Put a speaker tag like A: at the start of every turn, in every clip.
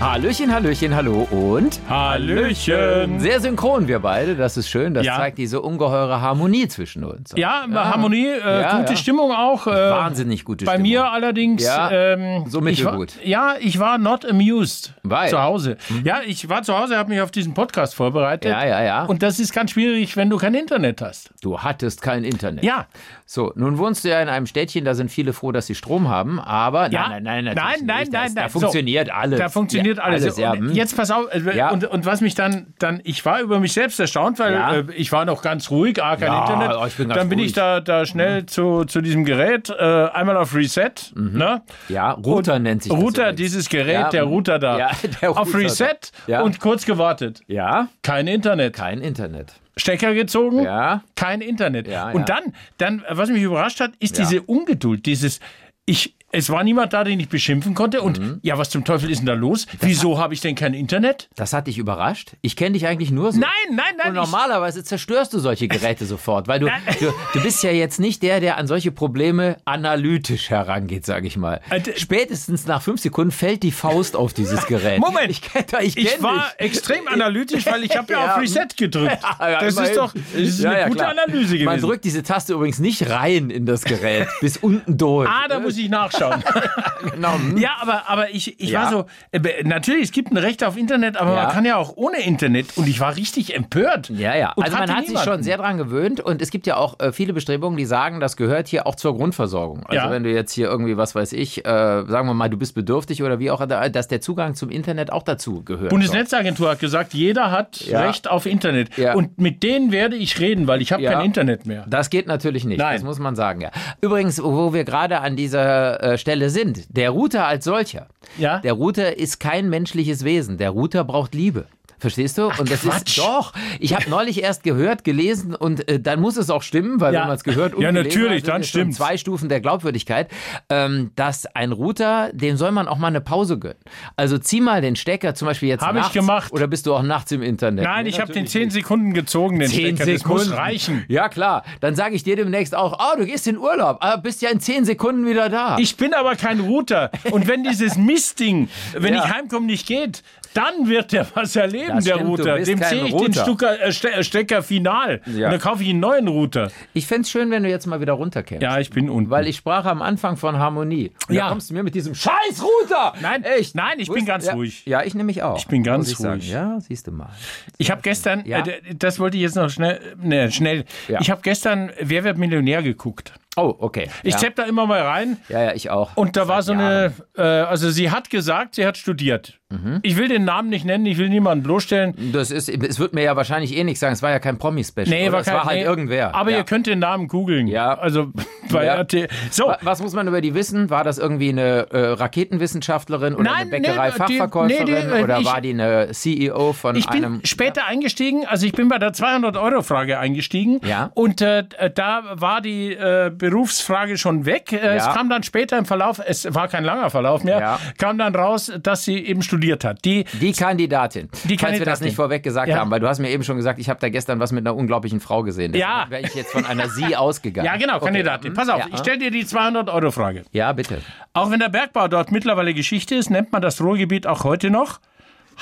A: Hallöchen, Hallöchen, hallo und
B: Hallöchen!
A: sehr synchron wir beide, das ist schön, das
B: Ja.
A: zeigt diese ungeheure Harmonie zwischen uns.
B: Ja, Harmonie, äh,
A: Ja,
B: gute
A: ja.
B: Stimmung auch. Äh,
A: Wahnsinnig gute
B: Bei
A: Stimmung.
B: mir allerdings.
A: Ja,
B: ähm,
A: so
B: ich war,
A: mittelgut.
B: Ja, ich war not amused
A: Weil? Mhm.
B: zu Hause. Ja, ich war zu Hause, habe mich auf diesen Podcast vorbereitet.
A: Ja, ja, ja.
B: Und das ist ganz schwierig, wenn du kein Internet hast.
A: Du hattest kein Internet.
B: Ja,
A: So, nun wohnst du ja in einem Städtchen, da sind viele froh, dass sie Strom haben, aber
B: Ja.
A: nein, nein, nein,
B: Nein,
A: natürlich
B: nein,
A: nicht. Da
B: nein,
A: ist- Da
B: nein. So.
A: funktioniert alles.
B: da funktioniert
A: Ja,
B: alles.
A: ja,
B: und
A: hm.
B: jetzt pass auf, äh,
A: Ja.
B: und, und was mich dann, dann, ich war über mich selbst erstaunt, weil
A: Ja.
B: äh, ich war noch ganz ruhig, ah, kein
A: Ja,
B: Internet.
A: ich bin ganz
B: dann bin
A: ruhig. Mhm.
B: ich da, da schnell zu, zu diesem Gerät, äh, einmal auf Reset, ne?
A: ja, Router nennt sich das.
B: Router,
A: übrigens.
B: dieses Gerät,
A: Ja,
B: der Router da.
A: ja, der
B: Auf
A: Router da.
B: Reset
A: Ja.
B: und kurz gewartet.
A: Ja,
B: Kein Internet.
A: kein Internet.
B: Stecker gezogen,
A: Ja.
B: kein Internet.
A: Ja, ja.
B: und dann, dann, was mich überrascht hat, ist
A: Ja.
B: diese Ungeduld, dieses ich, es war niemand da, den ich beschimpfen konnte. Und
A: Mhm.
B: ja, was zum Teufel ist denn da los? Wieso habe ich denn kein Internet?
A: Das hat dich überrascht? Ich kenne dich eigentlich nur so.
B: Nein, nein, nein.
A: Und
B: ich-
A: normalerweise zerstörst du solche Geräte sofort, weil du, du, du bist ja jetzt nicht der, der an solche Probleme analytisch herangeht, sage ich mal.
B: Äh, d-
A: Spätens nach fünf Sekunden fällt die Faust auf dieses Gerät.
B: Moment.
A: Ich kenn, ich kenn
B: Ich war
A: dich.
B: extrem analytisch, weil ich habe ja,
A: Ja.
B: auf Reset gedrückt.
A: Ja,
B: das
A: immerhin.
B: ist doch das ist
A: Ja,
B: eine
A: ja,
B: gute
A: klar.
B: Analyse gewesen.
A: Man drückt diese Taste übrigens nicht rein in das Gerät, bis unten durch.
B: ah, da muss ich nachschauen.
A: Genau.
B: Ja, aber, aber ich, ich
A: Ja.
B: war so, äh, be- natürlich, es gibt ein Recht auf Internet, aber
A: Ja.
B: man kann ja auch ohne Internet. Und ich war richtig empört.
A: Ja, ja.
B: Und
A: also man
B: hatte
A: hat sich
B: niemanden.
A: schon sehr dran gewöhnt und es gibt ja auch äh, viele Bestrebungen, die sagen, das gehört hier auch zur Grundversorgung. Also
B: Ja.
A: wenn du jetzt hier irgendwie, was weiß ich, äh, sagen wir mal, du bist bedürftig oder wie auch, immer, dass der Zugang zum Internet auch dazu gehört.
B: Bundesnetzagentur hat gesagt, jeder hat
A: Ja.
B: Recht auf Internet.
A: Ja.
B: Und mit denen werde ich reden, weil ich habe
A: Ja.
B: kein Internet mehr.
A: Das geht natürlich nicht,
B: Nein.
A: das muss man sagen, ja. Übrigens, wo wir gerade an dieser äh, Stelle sind, der Router als solcher,
B: Ja.
A: der Router ist kein menschliches Wesen, der Router braucht Liebe. Verstehst du? und das ist
B: Quatsch.
A: doch. Ich habe neulich erst gehört, gelesen und äh, dann muss es auch stimmen, weil
B: Ja.
A: wenn man es gehört und
B: Ja,
A: gelesen
B: natürlich,
A: hat, sind
B: dann
A: es schon
B: stimmt's.
A: Zwei Stufen der Glaubwürdigkeit, ähm, dass ein Router, dem soll man auch mal eine Pause gönnen. Also zieh mal den Stecker, zum Beispiel jetzt
B: Hab ich
A: nachts
B: gemacht.
A: oder bist du auch nachts im Internet?
B: Nein,
A: Nee,
B: ich habe den
A: natürlich
B: 10 Sekunden gezogen, den
A: Zehn
B: Stecker.
A: Sekunden.
B: Das muss reichen.
A: Ja, klar. Dann sage ich dir demnächst auch, ah, du gehst in Urlaub, aber bist ja in zehn Sekunden wieder da.
B: Ich bin aber kein Router. Und wenn dieses Mistding, wenn
A: Ja.
B: ich heimkomme, nicht geht, dann wird der was erleben,
A: Das
B: der
A: stimmt, du
B: Router.
A: bist
B: Dem
A: kein
B: ziehe ich den
A: Router.
B: Stucker, äh, Ste Stecker final.
A: Ja.
B: Und dann kaufe ich einen neuen Router.
A: ich fände es schön, wenn du jetzt mal wieder runterkämst.
B: Ja, ich bin unten.
A: Weil ich sprach am Anfang von Harmonie. Und
B: Ja.
A: Da kommst du mir mit diesem scheiß Router.
B: Nein,
A: echt.
B: nein, ich
A: Wo
B: bin
A: ist-
B: ganz
A: ja,
B: ruhig.
A: Ja, ich nehme mich auch. Ich
B: bin ganz
A: muss ich sagen.
B: ruhig.
A: Ja, siehst du mal.
B: Ich habe gestern,
A: Ja.
B: äh, d- das wollte ich jetzt noch schnell, ne, schnell.
A: Ja.
B: Ich habe gestern Wer wird Millionär geguckt.
A: Oh, okay.
B: Ich
A: ja.
B: zapp da immer mal rein
A: ja, ja, ich auch.
B: und da
A: Seit
B: war so
A: Jahren. Mhm.
B: eine, äh, also sie hat gesagt, sie hat studiert. Ich will den Namen nicht nennen, ich will niemanden bloßstellen.
A: Das ist, es wird mir ja wahrscheinlich eh nichts sagen. Es war ja kein Promi-Special.
B: Nee,
A: oder?
B: war
A: es
B: kein,
A: war halt
B: nee.
A: irgendwer.
B: Aber
A: ja.
B: ihr könnt den Namen googeln.
A: Ja.
B: Also bei
A: Ja.
B: RTL. So,
A: Wa- Was muss man über die wissen? War das irgendwie eine äh, Raketenwissenschaftlerin oder
B: Nein,
A: eine Bäckerei-Fachverkäuferin
B: nee, die- nee, die-
A: oder
B: ich-
A: war die eine CEO von
B: ich bin
A: einem?
B: später eingestiegen, also ich bin bei der 200-Euro-Frage eingestiegen.
A: Ja.
B: Und äh, da war die äh, Berufsfrage schon weg. Äh, Es
A: Ja.
B: kam dann später im Verlauf, es war kein langer Verlauf mehr,
A: Ja.
B: kam dann raus, dass sie eben studiert hat. Die
A: Die Kandidatin.
B: Die
A: Falls wir das
B: Kandidatin.
A: nicht vorweg gesagt
B: Ja.
A: haben, weil du hast mir eben schon gesagt, ich habe da gestern was mit einer unglaublichen Frau gesehen. Deswegen
B: Ja.
A: wäre ich jetzt von einer Sie ausgegangen.
B: Ja, genau,
A: Okay.
B: Kandidatin. Pass auf,
A: Ja.
B: ich stelle dir die 200-Euro-Frage.
A: Ja, bitte.
B: Auch wenn der Bergbau dort mittlerweile Geschichte ist, nennt man das Ruhrgebiet auch heute noch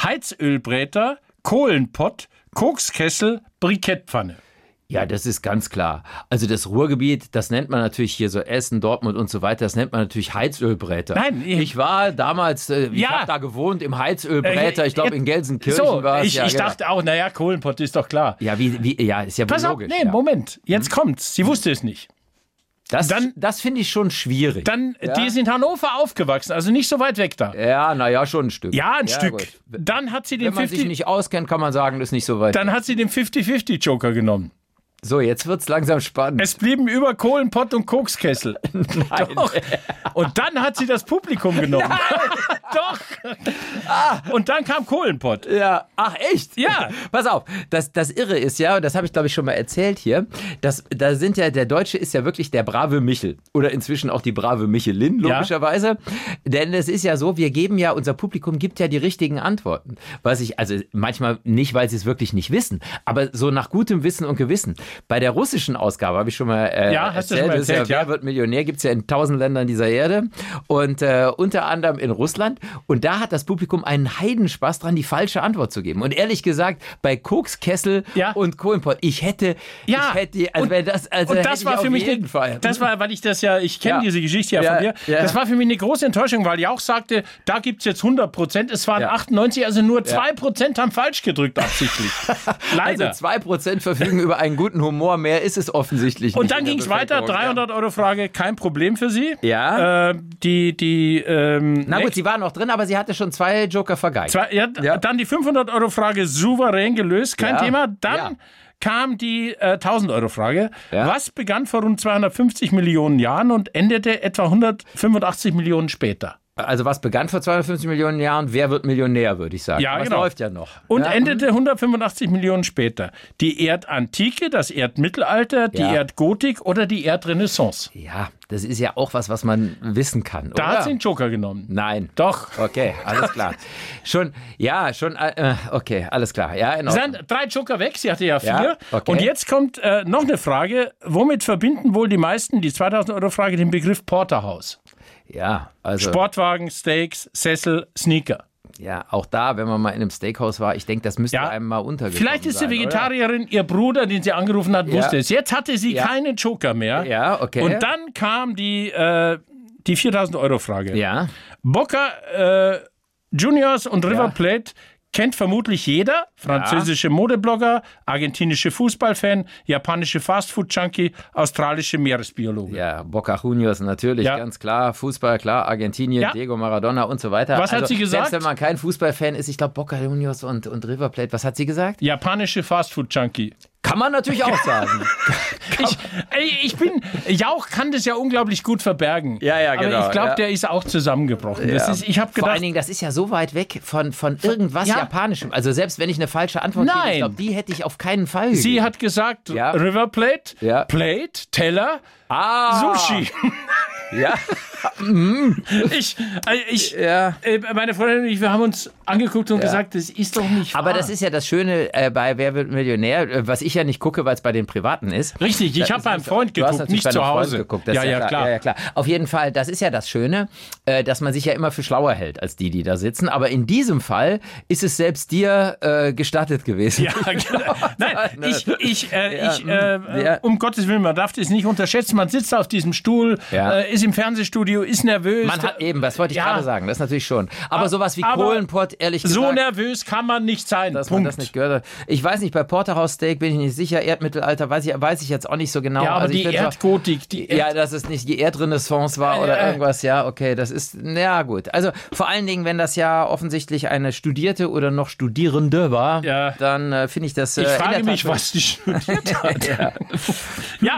B: Heizölbräter, Kohlenpott, Kokskessel, Brikettpfanne.
A: Ja, das ist ganz klar. Also das Ruhrgebiet, das nennt man natürlich hier so Essen, Dortmund und so weiter, das nennt man natürlich Heizölbräter.
B: Nein,
A: ich,
B: ich-
A: war damals, äh, ich
B: Ja.
A: habe da gewohnt im Heizölbräter,
B: Äh,
A: ich glaube
B: jetzt-
A: in Gelsenkirchen
B: So,
A: war es.
B: ich,
A: ja,
B: ich
A: genau.
B: dachte auch, naja, Kohlenpott ist doch klar.
A: Ja, wie, wie, ja, ist ja
B: Pass auf,
A: logisch.
B: nee,
A: ja. Hm?
B: Moment, jetzt kommt's. Sie wusste es nicht.
A: Das,
B: Dann-
A: das finde ich schon schwierig.
B: Dann, die ist in Hannover aufgewachsen, also nicht so weit weg da.
A: ja, naja, schon ein Stück.
B: Ja, ein Stück.
A: gut.
B: Dann hat sie den
A: Wenn man sich
B: 50
A: nicht auskennt, kann man sagen, das ist nicht so weit.
B: dann hat sie den 50-50 Joker genommen.
A: so, jetzt wird's langsam spannend.
B: Es blieben über Kohlenpott und Kokskessel. Doch. Und dann hat sie das Publikum genommen. Doch!
A: Ah.
B: Und dann kam Kohlenpott.
A: Ja, ach echt?
B: Ja.
A: Pass auf, das, das Irre ist ja, und das habe ich glaube ich schon mal erzählt hier, dass da sind ja, der Deutsche ist ja wirklich der brave Michel oder inzwischen auch die brave Michelin,
B: Ja.
A: logischerweise. Denn es ist ja so, wir geben ja, unser Publikum gibt ja die richtigen Antworten. Was ich, also manchmal nicht, weil sie es wirklich nicht wissen, aber so nach gutem Wissen und Gewissen. Bei der russischen Ausgabe habe ich schon mal äh,
B: Ja, hast du schon mal
A: das ist
B: erzählt, ja.
A: Wer wird Millionär gibt es ja in tausend Ländern dieser Erde und äh, unter anderem in Russland. Und da hat das Publikum einen Heidenspaß dran, die falsche Antwort zu geben. Und ehrlich gesagt, bei Kokskessel
B: Ja.
A: und Kohlenpott, ich hätte,
B: Ja.
A: ich hätte, also
B: Und-
A: wenn das, also
B: Und
A: hätte
B: das
A: ich
B: war
A: auf
B: für mich
A: jeden
B: ne-
A: Fall.
B: Das war, weil ich das ja, ich kenne
A: Ja.
B: diese Geschichte ja,
A: Ja,
B: von dir.
A: ja.
B: Das war für mich eine große Enttäuschung, weil Jauch sagte, da gibt es jetzt 100 Prozent, es waren
A: Ja.
B: 98, also nur 2 Prozent haben falsch gedrückt absichtlich. Leider.
A: also 2% verfügen über einen guten Humor, mehr ist es offensichtlich
B: Und
A: nicht.
B: dann
A: in der
B: ging es weiter,
A: Bevölkerung,
B: 300 Euro Frage, kein Problem für Sie.
A: Ja.
B: Äh, die, die, ähm,
A: Ja. Na gut,
B: nächste-
A: sie war noch drin, aber sie hatte schon zwei Joker vergeigt.
B: zwei, ja,
A: Ja.
B: Dann die 500 Euro Frage souverän gelöst, kein
A: Ja.
B: Thema. Dann
A: Ja.
B: kam die äh, 1000 Euro Frage.
A: Ja.
B: Was begann vor rund 250 Millionen Jahren und endete etwa 185 Millionen später?
A: Also was begann vor 250 Millionen Jahren, wer wird Millionär, würde ich sagen.
B: Ja,
A: Aber es
B: genau.
A: läuft ja noch.
B: Und
A: ja.
B: endete 185 Millionen später. Die Erdantike, das Erdmittelalter, die
A: Ja.
B: Erdgotik oder die Erdrenaissance.
A: Ja, das ist ja auch was, was man wissen kann.
B: Da
A: oder?
B: hat sie den Joker genommen.
A: Nein.
B: Doch.
A: Okay, alles klar. schon, ja, schon, äh, okay, alles klar. Ja, in
B: Es
A: Ordnung.
B: waren drei Joker weg, sie hatte ja vier.
A: Ja, okay.
B: Und jetzt kommt äh, noch eine Frage. Womit verbinden wohl die meisten, die 2000-Euro-Frage, den Begriff Porterhaus?
A: Ja, also,
B: Sportwagen, Steaks, Sessel, Sneaker.
A: ja, auch da, wenn man mal in einem Steakhouse war, ich denke, das müsste
B: Ja.
A: einem mal untergekommen
B: Vielleicht ist
A: sein,
B: die Vegetarierin, ihr Bruder, den sie angerufen hat, wusste es. Jetzt hatte sie
A: Ja.
B: keinen Joker mehr.
A: Oder? Ja, okay.
B: Und dann kam die, äh, die 4000-Euro-Frage.
A: Ja,
B: Boca äh, Juniors und River
A: Ja.
B: Plate kennt vermutlich jeder. Französische Modeblogger, argentinische Fußballfan, japanische Fastfood-Junkie, australische Meeresbiologe.
A: ja, Boca Juniors natürlich,
B: Ja.
A: ganz klar. Fußball, klar, Argentinien,
B: Ja.
A: Diego Maradona und so weiter.
B: Was hat
A: also,
B: sie gesagt?
A: Selbst wenn man kein Fußballfan ist, ich glaube, Boca Juniors und, und River Plate, was hat sie gesagt?
B: Japanische Fastfood-Junkie.
A: Kann man natürlich auch sagen.
B: Ich, ey, ich bin, Jauch kann das ja unglaublich gut verbergen.
A: Ja, ja,
B: Aber
A: genau,
B: ich glaube,
A: ja.
B: der ist auch zusammengebrochen. Das
A: Ja.
B: ist, ich habe
A: Vor
B: gedacht,
A: allen Dingen, das ist ja so weit weg von, von irgendwas
B: Ja.
A: Japanischem. Also selbst wenn ich eine falsche Antwort gebe,
B: Nein.
A: ich glaube, die hätte ich auf keinen Fall.
B: sie
A: gegeben.
B: hat gesagt,
A: Ja.
B: River Plate,
A: Ja.
B: Plate, Teller,
A: ah,
B: Sushi.
A: Ja.
B: Ich, äh, ich,
A: Ja.
B: äh, meine Freundin und ich, wir haben uns angeguckt und gesagt, das ist doch nicht
A: Aber
B: wahr.
A: das ist ja das Schöne äh, bei Wer wird Millionär, äh, was ich ja nicht gucke, weil es bei den Privaten ist.
B: Richtig, ich
A: Da
B: habe
A: ist
B: beim
A: nicht-
B: Freund
A: du hast
B: geguckt,
A: natürlich
B: nicht
A: bei
B: zu
A: einem Freund
B: Hause.
A: Geguckt, das
B: ja,
A: ist
B: ja, klar.
A: Ja, klar. Auf jeden Fall, das ist ja das Schöne, äh, dass man sich ja immer für schlauer hält als die, die da sitzen. Aber in diesem Fall ist es selbst dir äh, gestattet gewesen.
B: Ja, genau. Nein, ich, ich, äh,
A: Ja, hm.
B: ich äh,
A: ja.
B: um Gottes Willen, man darf das nicht unterschätzen. Man sitzt auf diesem Stuhl,
A: Ja.
B: äh, ist im Fernsehstudio, ist nervös.
A: Man hat eben, was wollte ich
B: Ja.
A: gerade sagen, das ist natürlich schon. Aber sowas wie
B: aber
A: Kohlenpott, ehrlich gesagt.
B: so nervös kann man nicht sein.
A: dass man
B: Punkt.
A: das nicht gehört hat. Ich weiß nicht, bei Porterhouse Steak bin ich nicht sicher, Erdmittelalter weiß ich, weiß ich jetzt auch nicht so genau.
B: ja, aber
A: Also ich
B: die
A: bin zwar-
B: Erdgotik, die Erd
A: ja, dass es nicht die Erdrenaissance war oder
B: Äh, äh.
A: irgendwas, ja, okay, das ist, naja, gut. Also vor allen Dingen, wenn das ja offensichtlich eine Studierte oder noch Studierende war,
B: Ja.
A: dann äh, finde ich das. Äh,
B: Ich
A: in
B: frage
A: der Tat
B: mich,
A: schon-
B: was die studiert hat. ja,
A: Hm.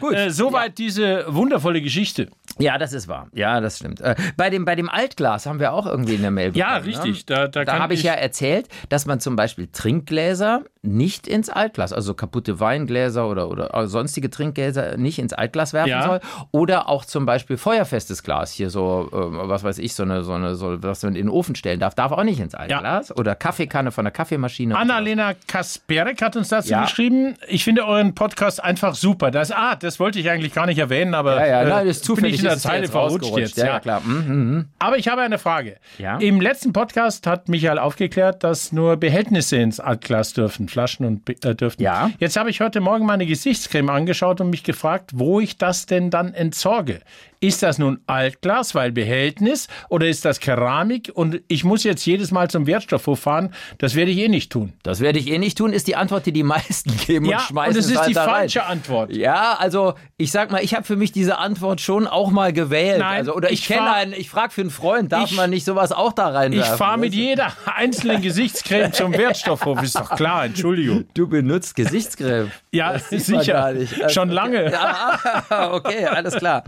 B: gut. Äh, soweit diese wundervolle Geschichte.
A: Ja, das ist wahr. Ja, das stimmt. Äh, bei, dem, bei dem Altglas haben wir auch irgendwie in der Mail bekommen,
B: Ja,
A: Ne?
B: richtig. Da, da,
A: Da
B: kann
A: habe ich ja erzählt, dass man zum Beispiel Trinkgläser nicht ins Altglas, also kaputte Weingläser oder, oder sonstige Trinkgläser nicht ins Altglas werfen
B: Ja.
A: soll. Oder auch zum Beispiel feuerfestes Glas, hier so, ähm, was weiß ich, so eine, so eine, so, was man in den Ofen stellen darf, darf auch nicht ins Altglas. Oder Kaffeekanne von der
B: Ah,
A: Kaffeemaschine.
B: Annalena Kasperek hat uns dazu
A: Ja.
B: geschrieben. Ich finde euren Podcast einfach super. Das, ah, das wollte ich eigentlich gar nicht erwähnen, aber
A: ja, ja, nein,
B: äh,
A: das ist zufällig.
B: bin ich in der
A: ist es
B: Zeile
A: jetzt
B: verrutscht
A: rausgerutscht.
B: jetzt.
A: Ja,
B: Ja,
A: ja, klar. Mhm.
B: Aber ich habe eine Frage.
A: Ja.
B: Im letzten Podcast hat Michael aufgeklärt, dass nur Behältnisse ins Altglas dürfen, Flaschen und Be- äh, dürfen.
A: Ja.
B: Jetzt habe ich heute Morgen meine Gesichtscreme angeschaut und mich gefragt, wo ich das denn dann entsorge. Ist das nun Altglas, weil Behältnis, oder ist das Keramik? Und ich muss jetzt jedes Mal zum Wertstoffhof fahren. Das werde ich eh nicht tun.
A: Das werde ich eh nicht tun, ist die Antwort, die die meisten geben und
B: ja,
A: schmeißen
B: und es ist
A: halt
B: die
A: da rein.
B: falsche Antwort.
A: Ja, also ich sag mal, ich habe für mich diese Antwort schon auch mal gewählt.
B: Nein,
A: also, oder ich,
B: ich
A: kenne
B: fahr-
A: einen, ich frage für einen Freund, darf
B: Ich-
A: man nicht sowas auch da
B: Ich
A: reinwerfen?
B: fahre mit
A: Das-
B: jeder einzelnen Gesichtscreme zum Wertstoffhof, ist doch klar, Entschuldigung.
A: Du benutzt Gesichtscreme.
B: Ja,
A: man
B: sicher.
A: gar nicht. Also,
B: Schon lange.
A: Ah, okay, alles klar.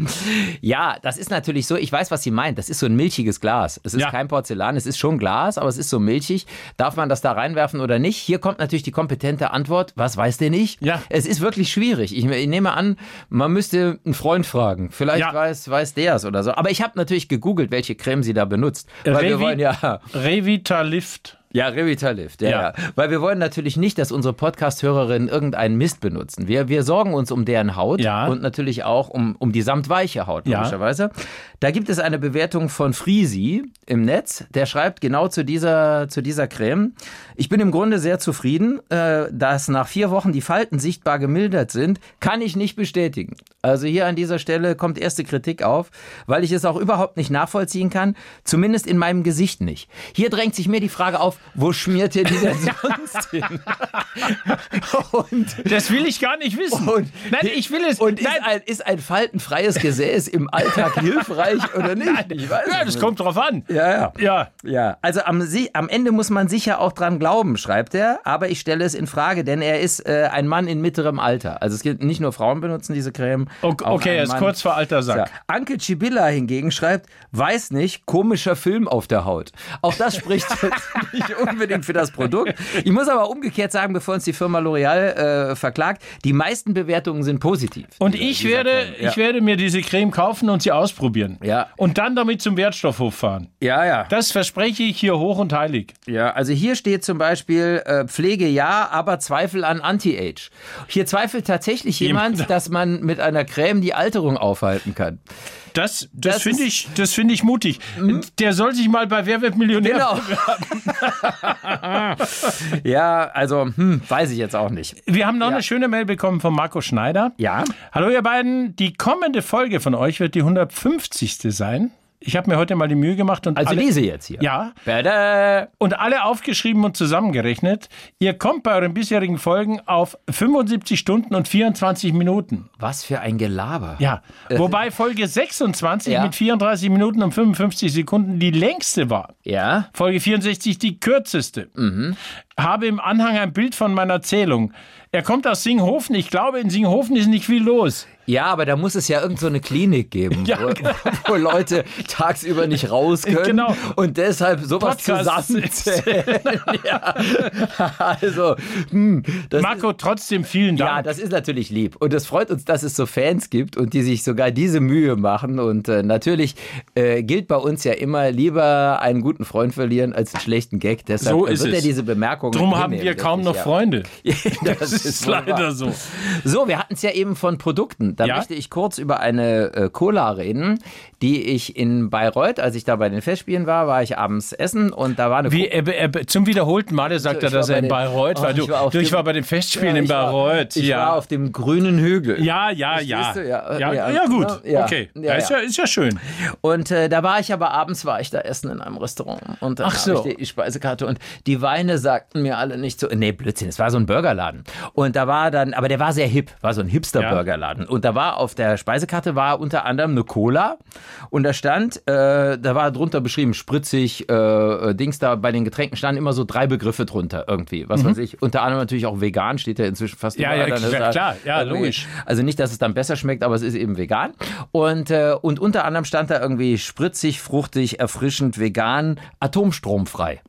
A: Ja, das ist natürlich so, ich weiß, was sie meint. Das ist so ein milchiges Glas. Es ist
B: Ja.
A: kein Porzellan, es ist schon Glas, aber es ist so milchig. Darf man das da reinwerfen oder nicht? Hier kommt natürlich die kompetente Antwort, was weiß denn ich?
B: Ja.
A: Es ist wirklich schwierig. Ich, ich nehme an, man müsste einen Freund fragen. Vielleicht
B: Ja.
A: weiß, weiß der es oder so. Aber ich habe natürlich gegoogelt, welche Creme sie da benutzt. Weil wir
B: Revi-
A: wollen ja...
B: Revitalift.
A: Ja, Revitalift, ja, ja.
B: Ja.
A: Weil wir wollen natürlich nicht, dass unsere Podcast-Hörerinnen irgendeinen Mist benutzen. Wir, wir sorgen uns um deren Haut
B: Ja.
A: und natürlich auch um, um die samtweiche Haut,
B: Ja.
A: logischerweise. Da gibt es eine Bewertung von Friesi im Netz, der schreibt genau zu dieser, zu dieser Creme. Ich bin im Grunde sehr zufrieden, äh, dass nach vier Wochen die Falten sichtbar gemildert sind, kann ich nicht bestätigen. Also hier an dieser Stelle kommt erste Kritik auf, weil ich es auch überhaupt nicht nachvollziehen kann, zumindest in meinem Gesicht nicht. Hier drängt sich mir die Frage auf, wo schmiert ihr die denn sonst hin? und
B: Das will ich gar nicht wissen.
A: Und-
B: nein, ich will es.
A: und ist,
B: nein,
A: ein, ist ein faltenfreies Gesäß im Alltag hilfreich oder nicht? Ich weiß
B: ja,
A: es
B: das
A: nicht.
B: kommt drauf an.
A: Ja, ja.
B: Ja,
A: Ja, also am, Si- am Ende muss man sicher auch dran glauben, schreibt er, aber ich stelle es in Frage, denn er ist äh, ein Mann in mittlerem Alter. Also es gibt nicht nur Frauen benutzen diese Creme.
B: okay,
A: auch
B: okay
A: ein
B: er ist
A: Mann.
B: kurz vor alter Sack.
A: Ja. Anke Chibilla hingegen schreibt, weiß nicht, komischer Film auf der Haut. Auch das spricht jetzt nicht unbedingt für das Produkt. Ich muss aber umgekehrt sagen, bevor uns die Firma L'Oreal äh, verklagt, die meisten Bewertungen sind positiv.
B: Und
A: Dieser-
B: ich
A: dieser
B: werde,
A: Creme. ja.
B: ich werde mir diese Creme kaufen und sie ausprobieren.
A: Ja.
B: Und dann damit zum Wertstoffhof fahren.
A: Ja, ja.
B: Das verspreche ich hier hoch und heilig.
A: Ja, also hier steht zum Beispiel äh, Pflege ja, aber Zweifel an Anti-Age. Hier zweifelt tatsächlich jemand, dass man mit einer Creme die Alterung aufhalten kann.
B: Das, das,
A: Das
B: finde
A: ist-
B: ich, das finde ich mutig. Der soll sich mal bei Wer wird Millionär.
A: Genau. ja, also hm, weiß ich jetzt auch nicht.
B: Wir haben noch eine schöne Mail bekommen von Marco Schneider.
A: Ja.
B: Hallo ihr beiden, die kommende Folge von euch wird die 150. sein. Ich habe mir heute mal die Mühe gemacht und
A: Also
B: alle,
A: lese jetzt hier.
B: ja,
A: Bada.
B: und alle aufgeschrieben und zusammengerechnet. Ihr kommt bei euren bisherigen Folgen auf 75 Stunden und 24 Minuten.
A: Was für ein Gelaber.
B: Ja, wobei Folge 26
A: Äh. Ja.
B: mit 34 Minuten und 55 Sekunden die längste war.
A: Ja.
B: Folge 64 die kürzeste.
A: Mhm.
B: Habe im Anhang ein Bild von meiner Zählung. Er kommt aus Singhofen. Ich glaube, in Singhofen ist nicht viel los.
A: Ja, aber da muss es ja irgend so eine Klinik geben,
B: Ja,
A: wo, wo Leute tagsüber nicht raus können
B: Genau.
A: und deshalb sowas
B: Podcasts.
A: zusammenzählen. ja. Also, hm, das
B: Marco, trotzdem vielen Dank.
A: Ja, das ist natürlich lieb. Und es freut uns, dass es so Fans gibt und die sich sogar diese Mühe machen. Und äh, natürlich äh, gilt bei uns ja immer, lieber einen guten Freund verlieren als einen schlechten Gag. Deshalb
B: So ist
A: wird ja
B: es.
A: diese Bemerkung.
B: Drum haben wir kaum noch Freunde.
A: das,
B: Das ist
A: wohl wahr.
B: leider so.
A: So, wir hatten es ja eben von Produkten. Da
B: Ja.
A: möchte ich kurz über eine äh, Cola reden, die ich in Bayreuth, als ich da bei den Festspielen war, war ich abends essen und da war eine
B: Wie, er, er, zum wiederholten Male sagt
A: Also Ich
B: er, dass
A: war bei
B: er in
A: den-
B: Bayreuth
A: Oh,
B: war. Du,
A: ich war auf
B: du, ich
A: dem-
B: war bei den Festspielen in
A: ich war-
B: Bayreuth.
A: Ich
B: ja.
A: war auf dem grünen Hügel.
B: ja, ja, ja.
A: Verstehst du? Ja,
B: ja,
A: ja.
B: ja, gut.
A: Ja,
B: okay.
A: ja,
B: Ja, Ist, ja, ist ja schön.
A: Und äh, da war ich aber abends, war ich da essen in einem Restaurant. Und dann
B: Ach so.
A: habe ich die Speisekarte und die Weine sagten mir alle nicht so. Nee, Blödsinn, es war so ein Burgerladen. Und da war dann, aber der war sehr hip, war so ein Hipster-Burgerladen. Und da war auf der Speisekarte war unter anderem eine Cola. Und da stand, äh, da war drunter beschrieben, spritzig, äh, äh, Dings da, bei den Getränken standen immer so drei Begriffe drunter irgendwie. Was
B: Mhm.
A: weiß ich. Unter anderem natürlich auch vegan, steht ja inzwischen fast
B: Ja,
A: überall
B: ja,
A: dann, dass da-
B: klar, klar. Ja,
A: irgendwie-
B: logisch.
A: Also nicht, dass es dann besser schmeckt, aber es ist eben vegan. Und, äh, und unter anderem stand da irgendwie spritzig, fruchtig, erfrischend, vegan, atomstromfrei.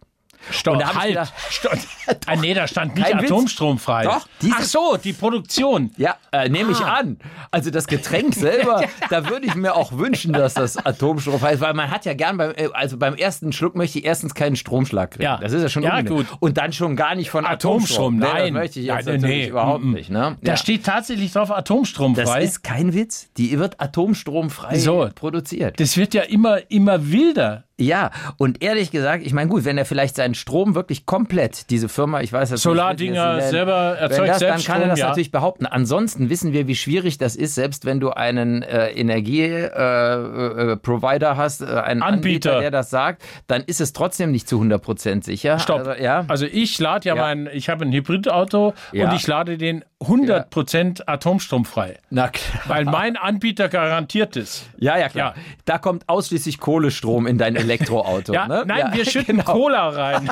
B: Stopp,
A: Und da hab ich
B: halt.
A: gedacht-
B: Stopp. ah, nee, da stand nicht
A: Kein Witz.
B: atomstromfrei.
A: Doch, diese-
B: Ach so, die Produktion.
A: Ja, äh, nehme ich
B: Ah.
A: an. Also das Getränk selber, da würde ich mir auch wünschen, dass das Atomstrom heißt, weil man hat ja gern beim, äh, also beim ersten Schluck möchte ich erstens keinen Stromschlag kriegen.
B: Ja.
A: Das ist ja schon
B: Ja,
A: unangenehm.
B: gut.
A: Und dann schon gar nicht von Atomstrom.
B: Atomstrom,
A: Nee, das
B: nein.
A: möchte ich jetzt
B: Nein, nee,
A: natürlich
B: nee.
A: überhaupt
B: Mm, mm.
A: nicht. Ne?
B: Da
A: Ja.
B: steht tatsächlich drauf
A: das
B: atomstromfrei.
A: ist kein Witz. Die wird atomstromfrei
B: So.
A: produziert.
B: das wird ja immer, immer wilder.
A: Ja, und ehrlich gesagt, ich meine, gut, wenn er vielleicht seinen Strom wirklich komplett, diese Firma, ich weiß jetzt
B: Solardinger
A: nicht, wie sie nennen,
B: selber
A: wenn
B: erzeugt
A: das, Dann
B: selbst
A: kann er
B: Strom,
A: das
B: ja.
A: natürlich behaupten. Ansonsten wissen wir, wie schwierig das ist, selbst wenn du einen äh, Energieprovider äh, äh, Provider hast, äh, einen Anbieter.
B: Anbieter.
A: der das sagt, dann ist es trotzdem nicht zu 100% sicher.
B: Stopp.
A: Also, ja.
B: Also ich lade ja, mein, ich habe ein Hybridauto
A: Ja.
B: und ich lade den 100 Prozent atomstromfrei.
A: Na klar.
B: Weil mein Anbieter garantiert es.
A: Ja, ja, klar.
B: Ja.
A: Da kommt ausschließlich Kohlestrom in dein Elektroauto.
B: Ja,
A: ne?
B: nein,
A: ja.
B: wir schütten Cola rein.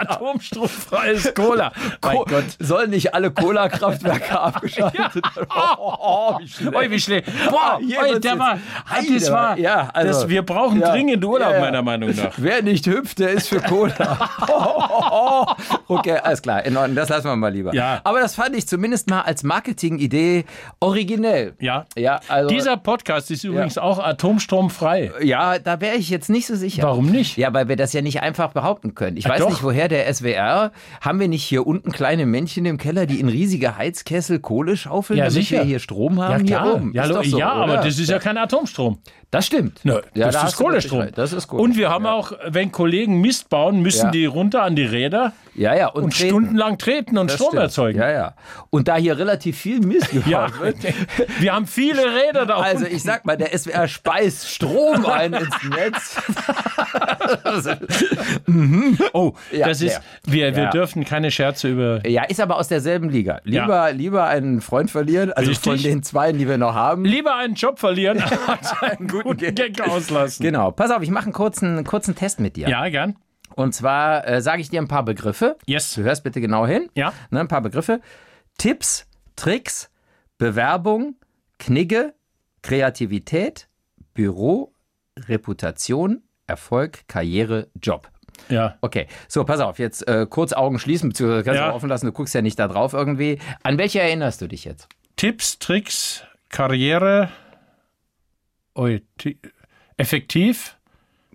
B: Atomstromfreies Cola. mein
A: Ko-
B: Gott.
A: Sollen nicht alle Cola-Kraftwerke abgeschaltet werden? Oh, oh, wie schlecht.
B: Oi, wie schlecht. Boah,
A: Ah, hier
B: oi,
A: wird's
B: der
A: jetzt-
B: war,
A: Ei,
B: das
A: der
B: war,
A: war- ja, also-
B: das, wir brauchen
A: Ja.
B: dringend Urlaub,
A: Ja, ja.
B: meiner Meinung nach.
A: Wer nicht hüpft, der ist für Cola. Oh, oh, oh. Okay, alles klar, in Ordnung, das lassen wir mal lieber.
B: Ja.
A: Aber das fand ich zumindest mal als Marketing-Idee originell.
B: Ja.
A: Ja, also,
B: Dieser Podcast ist übrigens auch atomstromfrei.
A: ja da wäre ich jetzt nicht so sicher.
B: Warum nicht?
A: Ja, weil wir das ja nicht einfach behaupten können. Ich
B: Ja,
A: weiß
B: doch.
A: nicht, woher der SWR, haben wir nicht hier unten kleine Männchen im Keller, die in riesige Heizkessel Kohle schaufeln,
B: Ja,
A: damit
B: sicher.
A: wir hier Strom haben hier oben?
B: Ja,
A: Ist
B: lo-
A: doch so,
B: ja aber
A: oder?
B: das ist ja kein Atomstrom.
A: Das stimmt.
B: Nö,
A: Ja,
B: das
A: da
B: ist
A: hast du wirklich
B: Kohlestrom.
A: recht. Das ist Kohle.
B: Und wir haben auch, wenn Kollegen Mist bauen, müssen
A: Ja.
B: die runter an die Räder
A: ja, ja, und,
B: und
A: treten.
B: stundenlang treten und
A: Das
B: Strom
A: stimmt.
B: erzeugen.
A: Ja, ja. Und da hier relativ viel Mist gebaut
B: Ja,
A: wird,
B: wir haben viele Räder da
A: also
B: unten.
A: ich sag mal, der SWR speist Strom ein ins Netz.
B: Oh,
A: Ja,
B: das ist,
A: ja.
B: wir, wir
A: Ja.
B: dürfen keine Scherze über.
A: ja, ist aber aus derselben Liga. Lieber, lieber einen Freund verlieren, also
B: Richtig.
A: von den zwei, die wir noch haben.
B: Lieber einen Job verlieren, als einen guten
A: Gag.
B: Gag auslassen.
A: Genau, pass auf, ich mache einen kurzen, kurzen Test mit dir.
B: Ja, gern.
A: Und zwar äh, sage ich dir ein paar Begriffe.
B: Yes.
A: Du hörst bitte genau hin.
B: Ja.
A: Ne, ein paar Begriffe. Tipps, Tricks, Bewerbung, Knigge, Kreativität, Büro, Reputation, Erfolg, Karriere, Job.
B: Ja.
A: Okay, so, pass auf, jetzt äh, kurz Augen schließen, beziehungsweise kannst du
B: Ja.
A: auch offen lassen, du guckst ja nicht da drauf irgendwie. An welche erinnerst du dich jetzt?
B: Tipps, Tricks, Karriere. Ui, ti- effektiv?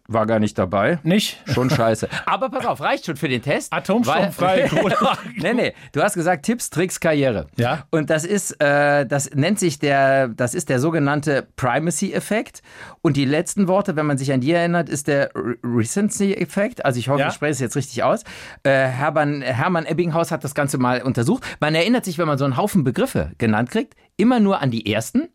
A: War gar nicht dabei.
B: Nicht?
A: Schon scheiße. Aber pass auf, reicht schon für den Test.
B: Atomstromfrei.
A: Weil- nee, nee, du hast gesagt Tipps, Tricks, Karriere.
B: Ja.
A: Und das ist, äh, das nennt sich der, das ist der sogenannte Primacy-Effekt. Und die letzten Worte, wenn man sich an die erinnert, ist der Re- Recency-Effekt. Also ich hoffe,
B: Ja.
A: ich spreche es jetzt richtig aus. Äh, Hermann, Hermann Ebbinghaus hat das Ganze mal untersucht. Man erinnert sich, wenn man so einen Haufen Begriffe genannt kriegt, immer nur an die ersten.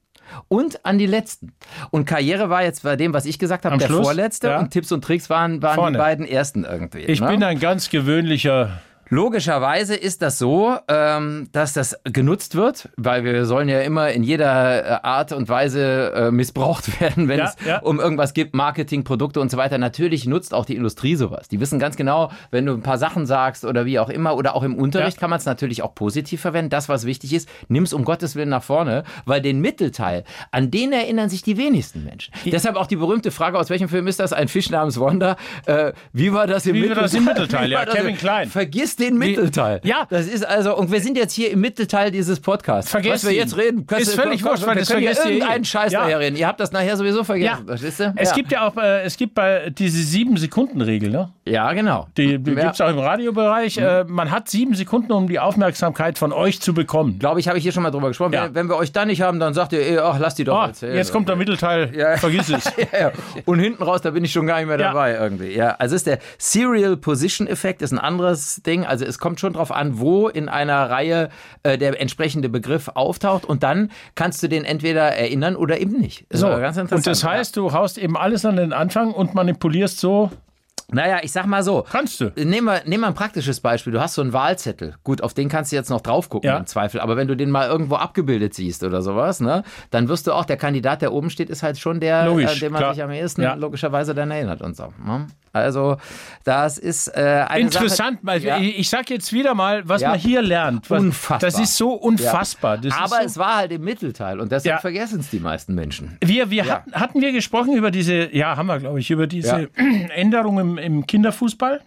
A: Und an die letzten. Und Karriere war jetzt bei dem, was ich gesagt habe,
B: Am
A: der
B: Schluss?
A: vorletzte.
B: Ja.
A: Und Tipps und Tricks waren, waren
B: Vorne.
A: die beiden ersten irgendwie.
B: Ich
A: ne?
B: bin ein ganz gewöhnlicher.
A: Logischerweise ist das so, ähm, dass das genutzt wird, weil wir sollen ja immer in jeder äh, Art und Weise äh, missbraucht werden, wenn
B: Ja,
A: es
B: ja.
A: um irgendwas gibt, Marketing, Produkte und so weiter. Natürlich nutzt auch die Industrie sowas. Die wissen ganz genau, wenn du ein paar Sachen sagst oder wie auch immer oder auch im Unterricht
B: Ja.
A: kann man es natürlich auch positiv verwenden. Das, was wichtig ist, nimm es um Gottes Willen nach vorne, weil den Mittelteil, an den erinnern sich die wenigsten Menschen. Deshalb auch die berühmte Frage, aus welchem Film ist das? Ein Fisch namens Wanda. Äh, wie war das im
B: Wie war
A: Mittelteil?
B: das im Mittelteil?
A: Wie
B: Ja,
A: war das im-
B: Kevin Klein.
A: Vergiss den Mittelteil.
B: Ja.
A: Das ist also, und wir sind jetzt hier im Mittelteil dieses Podcasts.
B: Vergesst
A: Was wir
B: ihn.
A: jetzt reden, kannst
B: Ist
A: du-
B: völlig
A: komm,
B: wurscht, weil
A: wir
B: das
A: können hier
B: vergesst ihr eh.
A: irgendeinen Scheiß
B: Ja.
A: daher reden. Ihr habt das nachher sowieso vergessen. Verstehst du?
B: Es
A: ja.
B: gibt ja auch, äh, es gibt bei diese sieben Sekunden Regel, ne?
A: ja, genau.
B: Die, die
A: Ja. Mhm.
B: gibt's auch im Radiobereich. Äh, man hat sieben Sekunden, um die Aufmerksamkeit von euch zu bekommen.
A: Glaube ich, habe ich hier schon mal drüber gesprochen.
B: Ja.
A: Wenn, wenn wir euch da nicht haben, dann sagt ihr, eh, ach, lasst die doch
B: Ah,
A: erzählen.
B: jetzt kommt der Mittelteil.
A: Ja.
B: Vergiss es.
A: Ja, und hinten raus, da bin ich schon gar nicht mehr
B: Ja.
A: dabei irgendwie. Ja, also ist der Serial Position Effekt ist ein anderes Ding. Also es kommt schon drauf an, wo in einer Reihe äh, der entsprechende Begriff auftaucht und dann kannst du den entweder erinnern oder eben nicht. Das
B: So,
A: war ganz interessant.
B: und das heißt, du haust eben alles an den Anfang und manipulierst
A: ja.
B: so.
A: naja, ich sag mal so.
B: Kannst du.
A: Nehmen wir, nehmen wir ein praktisches Beispiel. Du hast so einen Wahlzettel. Gut, auf den kannst du jetzt noch drauf gucken
B: Ja.
A: im Zweifel. Aber wenn du den mal irgendwo abgebildet siehst oder sowas, ne, dann wirst du auch, der Kandidat, der oben steht, ist halt schon der,
B: Logisch,
A: äh, den man
B: klar.
A: sich am ehesten
B: Ja.
A: logischerweise dann erinnert und so. Ne? Also, das ist äh, eine
B: Interessant,
A: Sache,
B: weil ich, ich sag jetzt wieder mal, was
A: Ja.
B: man hier lernt. Was,
A: Unfassbar.
B: Das ist so unfassbar. Das
A: Aber
B: ist
A: es
B: so,
A: war halt im Mittelteil und deshalb
B: Ja.
A: vergessen es die meisten Menschen.
B: wir, wir hatten, hatten wir gesprochen über diese, ja, haben wir, glaube ich, über diese Änderung im, im Kinderfußball.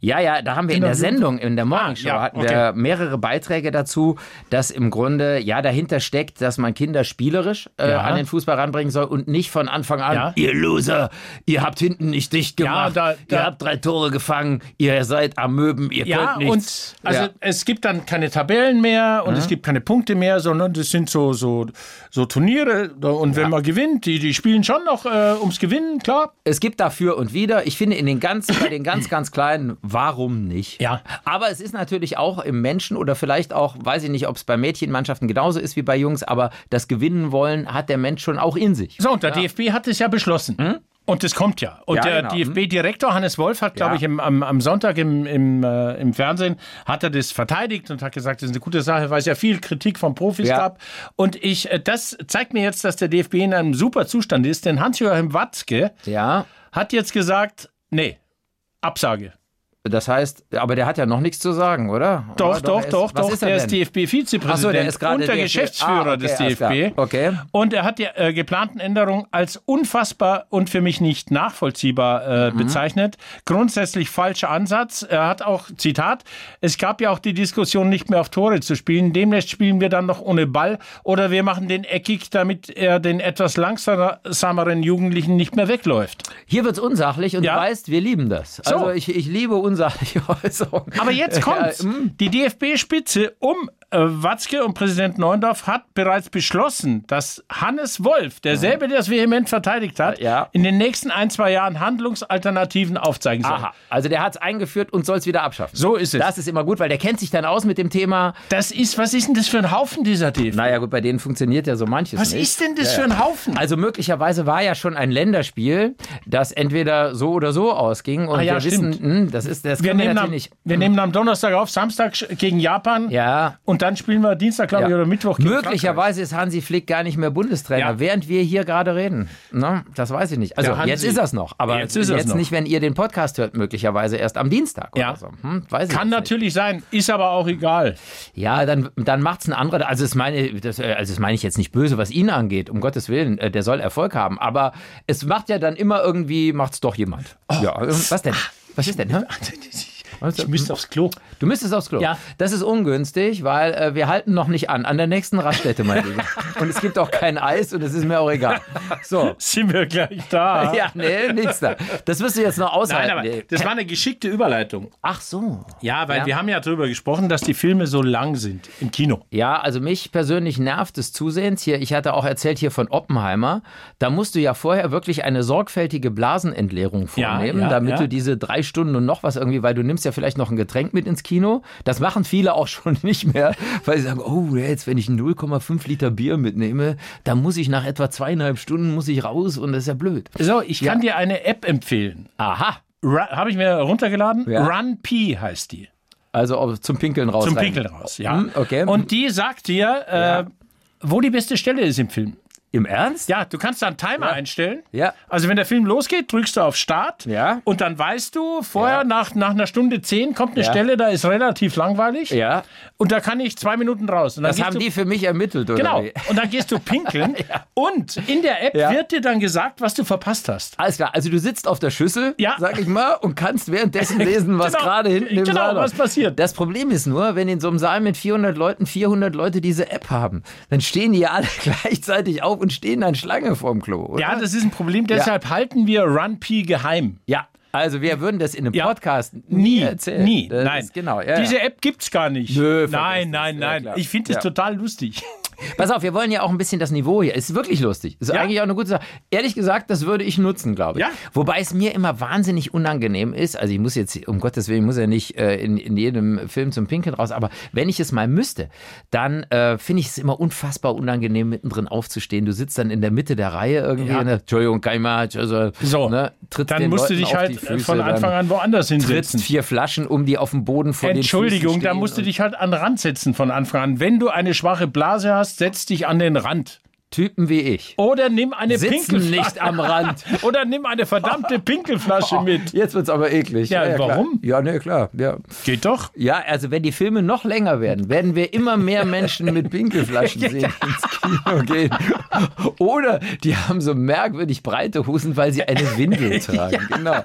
A: Ja, ja, da haben wir in der Sendung, in der Morningshow,
B: Ah, ja,
A: hatten
B: okay.
A: wir mehrere Beiträge dazu, dass im Grunde ja dahinter steckt, dass man Kinder spielerisch äh,
B: Ja.
A: an den Fußball ranbringen soll und nicht von Anfang an,
B: Ja.
A: ihr Loser, ihr habt hinten nicht dicht gemacht,
B: da- da-
A: ihr habt drei Tore gefangen, ihr seid am Möben, ihr
B: Ja,
A: könnt nichts.
B: und also
A: ja. Mhm.
B: es gibt dann keine Tabellen mehr und es gibt keine Punkte mehr, sondern das sind so, so, so Turniere. Und wenn man gewinnt, die, die spielen schon noch äh, ums Gewinnen, klar.
A: Es gibt dafür und wieder. Ich finde in den ganz, bei den ganz, ganz kleinen, warum nicht?
B: Ja.
A: Aber es ist natürlich auch im Menschen oder vielleicht auch, weiß ich nicht, ob es bei Mädchenmannschaften genauso ist wie bei Jungs, aber das Gewinnen wollen hat der Mensch schon auch in sich.
B: So, und der DFB hat es ja beschlossen. Und das kommt ja.
A: Hm?
B: Und
A: Ja,
B: der
A: genau.
B: DFB-Direktor Hannes Wolf hat, glaube
A: Ja.
B: ich, im, am, am Sonntag im, im, äh, im Fernsehen, hat er das verteidigt und hat gesagt, das ist eine gute Sache, weil es ja viel Kritik von Profis
A: Ja.
B: gab. Und ich, äh, das zeigt mir jetzt, dass der DFB in einem super Zustand ist, denn Hans-Joachim Watzke
A: Ja,
B: hat jetzt gesagt, nee, Absage.
A: das heißt, aber der hat ja noch nichts zu sagen, oder?
B: Doch,
A: Oder
B: doch,
A: er ist-
B: doch,
A: was
B: doch.
A: Ist
B: der
A: er
B: ist
A: denn?
B: DFB-Vizepräsident
A: Ach so, der ist gerade
B: und der
A: DFB.
B: Geschäftsführer
A: Ah, okay,
B: des
A: alles klar.
B: DFB.
A: Okay.
B: Und er hat die äh, geplanten Änderungen als unfassbar und für mich nicht nachvollziehbar äh,
A: Mhm.
B: bezeichnet. Grundsätzlich falscher Ansatz. Er hat auch, Zitat, es gab ja auch die Diskussion, nicht mehr auf Tore zu spielen. Demnächst spielen wir dann noch ohne Ball oder wir machen den eckig, damit er den etwas langsameren Jugendlichen nicht mehr wegläuft.
A: Hier wird's unsachlich und
B: Ja.
A: du weißt, wir lieben das. Also ich, ich liebe unsachliche Äußerungen.
B: Aber jetzt kommt's.
A: Ja, mm.
B: Die DFB-Spitze um äh, Watzke und Präsident Neundorf hat bereits beschlossen, dass Hannes Wolf, derselbe, der es vehement verteidigt hat,
A: Mhm. Ja.
B: in den nächsten ein, zwei Jahren Handlungsalternativen aufzeigen soll.
A: Aha, also der hat's eingeführt und soll's wieder abschaffen.
B: So ist es. Das,
A: Das ist immer gut, weil der kennt sich dann aus mit dem Thema.
B: ist, was ist denn das für ein Haufen, dieser DFB?
A: Naja, gut, bei denen funktioniert ja so manches.
B: Was
A: nicht.
B: ist denn das für ein Haufen?
A: Also möglicherweise war ja schon ein Länderspiel, das entweder so oder so ausging. Und
B: Ah ja,
A: wir
B: stimmt.
A: wissen, hm, das ist das
B: wir
A: können
B: nehmen, am,
A: natürlich nicht. Mhm.
B: wir nehmen am Donnerstag auf, Samstag sch- gegen Japan.
A: Ja.
B: Und dann spielen wir Dienstag, glaube
A: Ja.
B: ich, oder Mittwoch gegen Frankreich.
A: Möglicherweise ist Hansi Flick gar nicht mehr Bundestrainer,
B: Ja.
A: während wir hier gerade reden. Ne? Das weiß ich nicht. Also
B: Der Hansi.
A: jetzt ist das noch, aber
B: Jetzt
A: jetzt,
B: ist er's noch.
A: nicht, wenn ihr den Podcast hört, möglicherweise erst am Dienstag
B: Ja.
A: oder so. Hm, weiß ich
B: Kann
A: jetzt
B: natürlich sein, ist aber auch egal.
A: Ja, dann, dann macht's ein anderer. Also das meine, das, äh, also das meine ich jetzt nicht böse, was ihn angeht, um Gottes Willen, äh, der soll Erfolg haben. Aber es macht ja dann immer irgendwie, macht's doch jemand. Ja, äh, was denn? Was ist denn? hä? Also,
B: Ich
A: mhm.
B: müsste aufs Klo.
A: Du müsstest aufs Klo.
B: Ja.
A: Das ist ungünstig, weil äh, wir halten noch nicht an. An der nächsten Raststätte, mein Lieber. Und es gibt auch kein Eis und es ist mir auch egal. So.
B: Sind wir gleich da?
A: Ja, nee, nichts da. Das wirst du jetzt noch aushalten.
B: Nein, aber
A: Nee.
B: das war eine geschickte Überleitung.
A: Ach so.
B: Ja, weil
A: Ja.
B: wir haben ja darüber gesprochen, dass die Filme so lang sind im Kino.
A: Ja, also mich persönlich nervt des Zusehens hier. Ich hatte auch erzählt hier von Oppenheimer. Da musst du ja vorher wirklich eine sorgfältige Blasenentleerung
B: Ja,
A: vornehmen,
B: ja,
A: damit
B: ja.
A: du diese drei Stunden und noch was irgendwie, weil du nimmst ja vielleicht noch ein Getränk mit ins Kino. Das machen viele auch schon nicht mehr, weil sie sagen, oh, jetzt, wenn ich 0,5 Liter Bier mitnehme, dann muss ich nach etwa zweieinhalb Stunden muss ich raus und das ist ja blöd.
B: So, ich kann dir eine App empfehlen.
A: Aha.
B: Habe ich mir runtergeladen?
A: Ja.
B: Run P heißt die.
A: Also ob- zum Pinkeln raus.
B: Zum
A: rein.
B: Pinkeln raus, ja.
A: Hm, okay.
B: Und die sagt dir, äh, wo die beste Stelle ist im Film.
A: Im Ernst?
B: Ja, du kannst da einen Timer einstellen.
A: Ja.
B: Also wenn der Film losgeht, drückst du auf Start.
A: Ja.
B: Und dann weißt du, vorher
A: Ja.
B: nach, nach einer Stunde zehn kommt eine
A: Ja.
B: Stelle, da ist relativ langweilig.
A: Ja.
B: Und da kann ich zwei Minuten raus. Und dann
A: Das
B: gehst
A: haben
B: du-
A: die für mich ermittelt, oder?
B: Genau.
A: wie?
B: Und dann gehst du pinkeln und in der App
A: Ja.
B: wird dir dann gesagt, was du verpasst hast.
A: Alles klar, also du sitzt auf der Schüssel,
B: Ja.
A: sag ich mal, und kannst währenddessen lesen, was
B: Genau.
A: gerade hinten im
B: Genau,
A: Saal war.
B: was passiert.
A: Das Problem ist nur, wenn in so einem Saal mit 400 Leuten 400 Leute diese App haben, dann stehen die ja alle gleichzeitig auf und stehen dann Schlange vorm Klo. Oder?
B: Ja, das ist ein Problem. Deshalb halten wir Run P geheim.
A: Ja, also wir würden das in einem
B: Ja.
A: Podcast nie,
B: Nie,
A: erzählen.
B: nie,
A: Das
B: nein.
A: Ist genau, ja,
B: Diese
A: ja.
B: App gibt's gar nicht.
A: Nö, vergiss
B: nein,
A: das.
B: nein,
A: Ja,
B: nein.
A: klar.
B: ich finde das
A: Ja.
B: total lustig.
A: Pass auf, wir wollen ja auch ein bisschen das Niveau hier. Ist wirklich lustig. Ist
B: Ja.
A: eigentlich auch eine gute Sache. Ehrlich gesagt, das würde ich nutzen, glaube ich.
B: Ja.
A: Wobei es mir immer wahnsinnig unangenehm ist. Also ich muss jetzt, um Gottes Willen, ich muss ja nicht äh, in, in jedem Film zum Pinkeln raus, aber wenn ich es mal müsste, dann äh, finde ich es immer unfassbar unangenehm, mittendrin aufzustehen. Du sitzt dann in der Mitte der Reihe irgendwie.
B: Ja.
A: Ne? Entschuldigung, kann ich mal. Also,
B: So,
A: ne? trittst
B: dann
A: den
B: musst
A: Leuten
B: du dich
A: auf
B: halt
A: die Füße,
B: von Anfang
A: dann
B: an woanders
A: Trittst
B: hinsetzen.
A: vier Flaschen um, die auf dem Boden vor den
B: Entschuldigung,
A: Füßen
B: da
A: stehen
B: musst du dich halt an den Rand setzen von Anfang an. Wenn du eine schwache Blase hast, setz dich an den Rand.
A: und Typen wie ich.
B: Oder nimm eine
A: Sitzen
B: Pinkelflasche.
A: nicht am Rand. Oh.
B: Oder nimm eine verdammte Pinkelflasche mit.
A: Jetzt wird's aber eklig.
B: Ja, warum?
A: Klar. Ja, ne, klar. Ja.
B: Geht doch.
A: ja, also wenn die Filme noch länger werden, werden wir immer mehr Menschen mit Pinkelflaschen sehen, die ins Kino gehen. Oder die haben so merkwürdig breite Hosen, weil sie eine Windel tragen. Genau.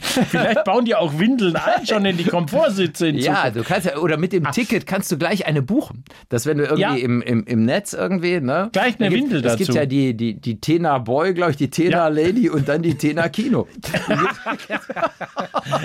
B: Vielleicht bauen die auch Windeln ein, schon in die Komfortsitze in
A: Ja, du kannst ja, oder mit dem Ticket kannst du gleich eine buchen. Dass wenn du irgendwie
B: Ja.
A: im, im, im Netz irgendwie, ne?
B: Gleich
A: Da
B: eine
A: gibt,
B: Windel
A: Es gibt
B: dazu.
A: ja die, die, die Tena Boy, glaube ich, die Tena
B: Ja.
A: Lady und dann die Tena Kino.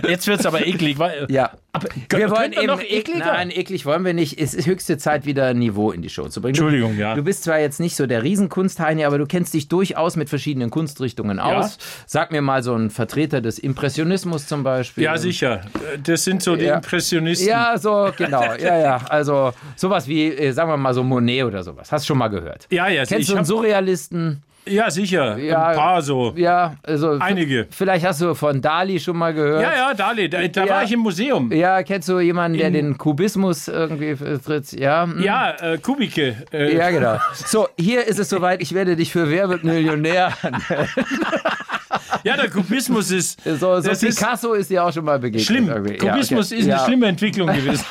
B: Jetzt wird's aber eklig. Weil,
A: Ja.
B: Aber
A: wir
B: können
A: wollen
B: wir
A: eben
B: noch ekliger?
A: Nein, eklig wollen wir nicht. Es ist höchste Zeit, wieder Niveau in die Show zu bringen.
B: Entschuldigung, ja.
A: Du bist zwar jetzt nicht so der Riesenkunsthaini, aber du kennst dich durchaus mit verschiedenen Kunstrichtungen aus. Sag mir mal so ein Vertreter des Impressionismus zum Beispiel.
B: Ja, sicher. Das sind so die
A: Ja.
B: Impressionisten.
A: Ja, so, genau. Ja, ja. Also sowas wie, äh, sagen wir mal so Monet oder sowas. Hast du schon mal gehört?
B: Ja, ja,
A: Kennst
B: ich
A: du einen
B: hab-
A: Surrealisten?
B: Ja, sicher.
A: Ja,
B: Ein paar so.
A: Ja, also v-
B: Einige.
A: Vielleicht hast du von Dali schon mal gehört.
B: Ja, ja, Dali, da, da
A: Ja.
B: war ich im Museum.
A: Ja, kennst du jemanden, der den Kubismus irgendwie vertritt? Ja. hm.
B: Ja, äh, Kubike. Äh,
A: Ja, genau. So, hier ist es soweit. Ich werde dich für Wer wird Millionär.
B: ja, der Kubismus ist.
A: So, so
B: das ist
A: Picasso ist dir auch schon mal begegnet.
B: schlimm.
A: irgendwie. Ja,
B: Kubismus
A: okay.
B: ist eine
A: Ja,
B: schlimme Entwicklung gewesen.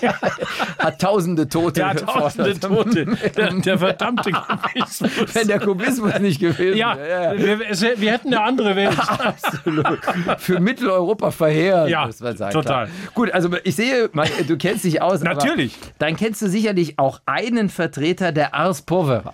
A: Hat tausende Tote.
B: Ja,
A: gefordert.
B: tausende Tote. Der, der verdammte Kubismus.
A: Wenn der Kubismus nicht gewesen
B: ja,
A: wäre.
B: Wir, es, wir hätten eine andere Welt.
A: Für Mitteleuropa verheerend,
B: Ja,
A: muss man sagen.
B: total.
A: Klar. Gut, also ich sehe, man- du kennst dich aus.
B: Natürlich.
A: Aber dann kennst du sicherlich auch einen Vertreter der Ars Povera.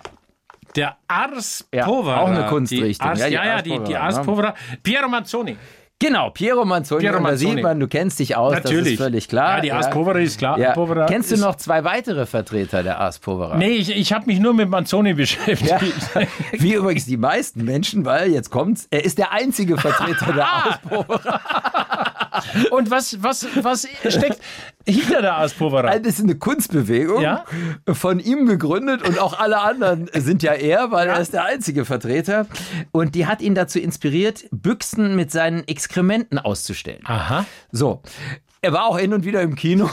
B: Der Ars
A: Ja,
B: Povera.
A: auch eine Kunstrichtung.
B: Die Ars,
A: Ja,
B: ja,
A: die
B: ja,
A: Ars
B: die, die
A: Povera,
B: Ars
A: ne?
B: Povera. Piero Manzoni.
A: Genau, Piero Manzoni.
B: Piero
A: Und da
B: Manzoni.
A: sieht man, du kennst dich aus, das
B: Natürlich.
A: ist völlig klar.
B: Ja, die Ars Povera ist klar.
A: Ja.
B: Povera
A: Kennst du
B: ist-
A: noch zwei weitere Vertreter der Ars Povera?
B: Nee, ich, ich habe mich nur mit Manzoni beschäftigt.
A: Wie übrigens die meisten Menschen, weil jetzt kommt's, er ist der einzige Vertreter der Ars Povera.
B: Und was, was, was steckt hinter der Ars Povera?
A: Das ist eine Kunstbewegung,
B: Ja.
A: von ihm gegründet und auch alle anderen sind ja er, weil er ist der einzige Vertreter. Und die hat ihn dazu inspiriert, Büchsen mit seinen Exkrementen auszustellen.
B: Aha.
A: So. Er war auch hin und wieder im Kino.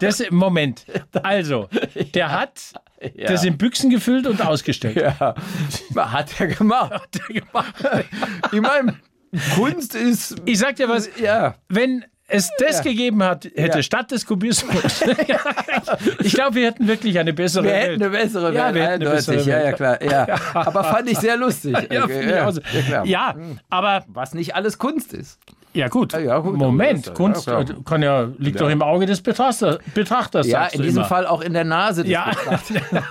B: Das, Moment. Also, der hat das in Büchsen gefüllt und ausgestellt.
A: Ja, hat er gemacht. Ich meine, Kunst ist.
B: Ich sag dir was,
A: Ja.
B: wenn es das gegeben hat, hätte
A: Ja.
B: statt des Kubismus. ich glaube, wir hätten wirklich eine bessere
A: Wir
B: Welt.
A: hätten eine bessere
B: Ja,
A: Welt.
B: wir hätten eine
A: eindeutig.
B: bessere
A: Ja, ja,
B: Welt.
A: klar. Ja. Aber fand ich sehr lustig.
B: Ja,
A: Okay,
B: finde ich auch so.
A: Äh, ja, klar.
B: ja, aber
A: Was nicht alles Kunst ist.
B: ja gut.
A: Ah, ja, gut,
B: Moment,
A: aber das-
B: Kunst
A: ja,
B: äh, kann ja, liegt doch im Auge des Betrachter, Betrachters.
A: Ja,
B: sagst
A: in
B: du
A: diesem
B: immer.
A: Fall auch in der Nase. des
B: Ja.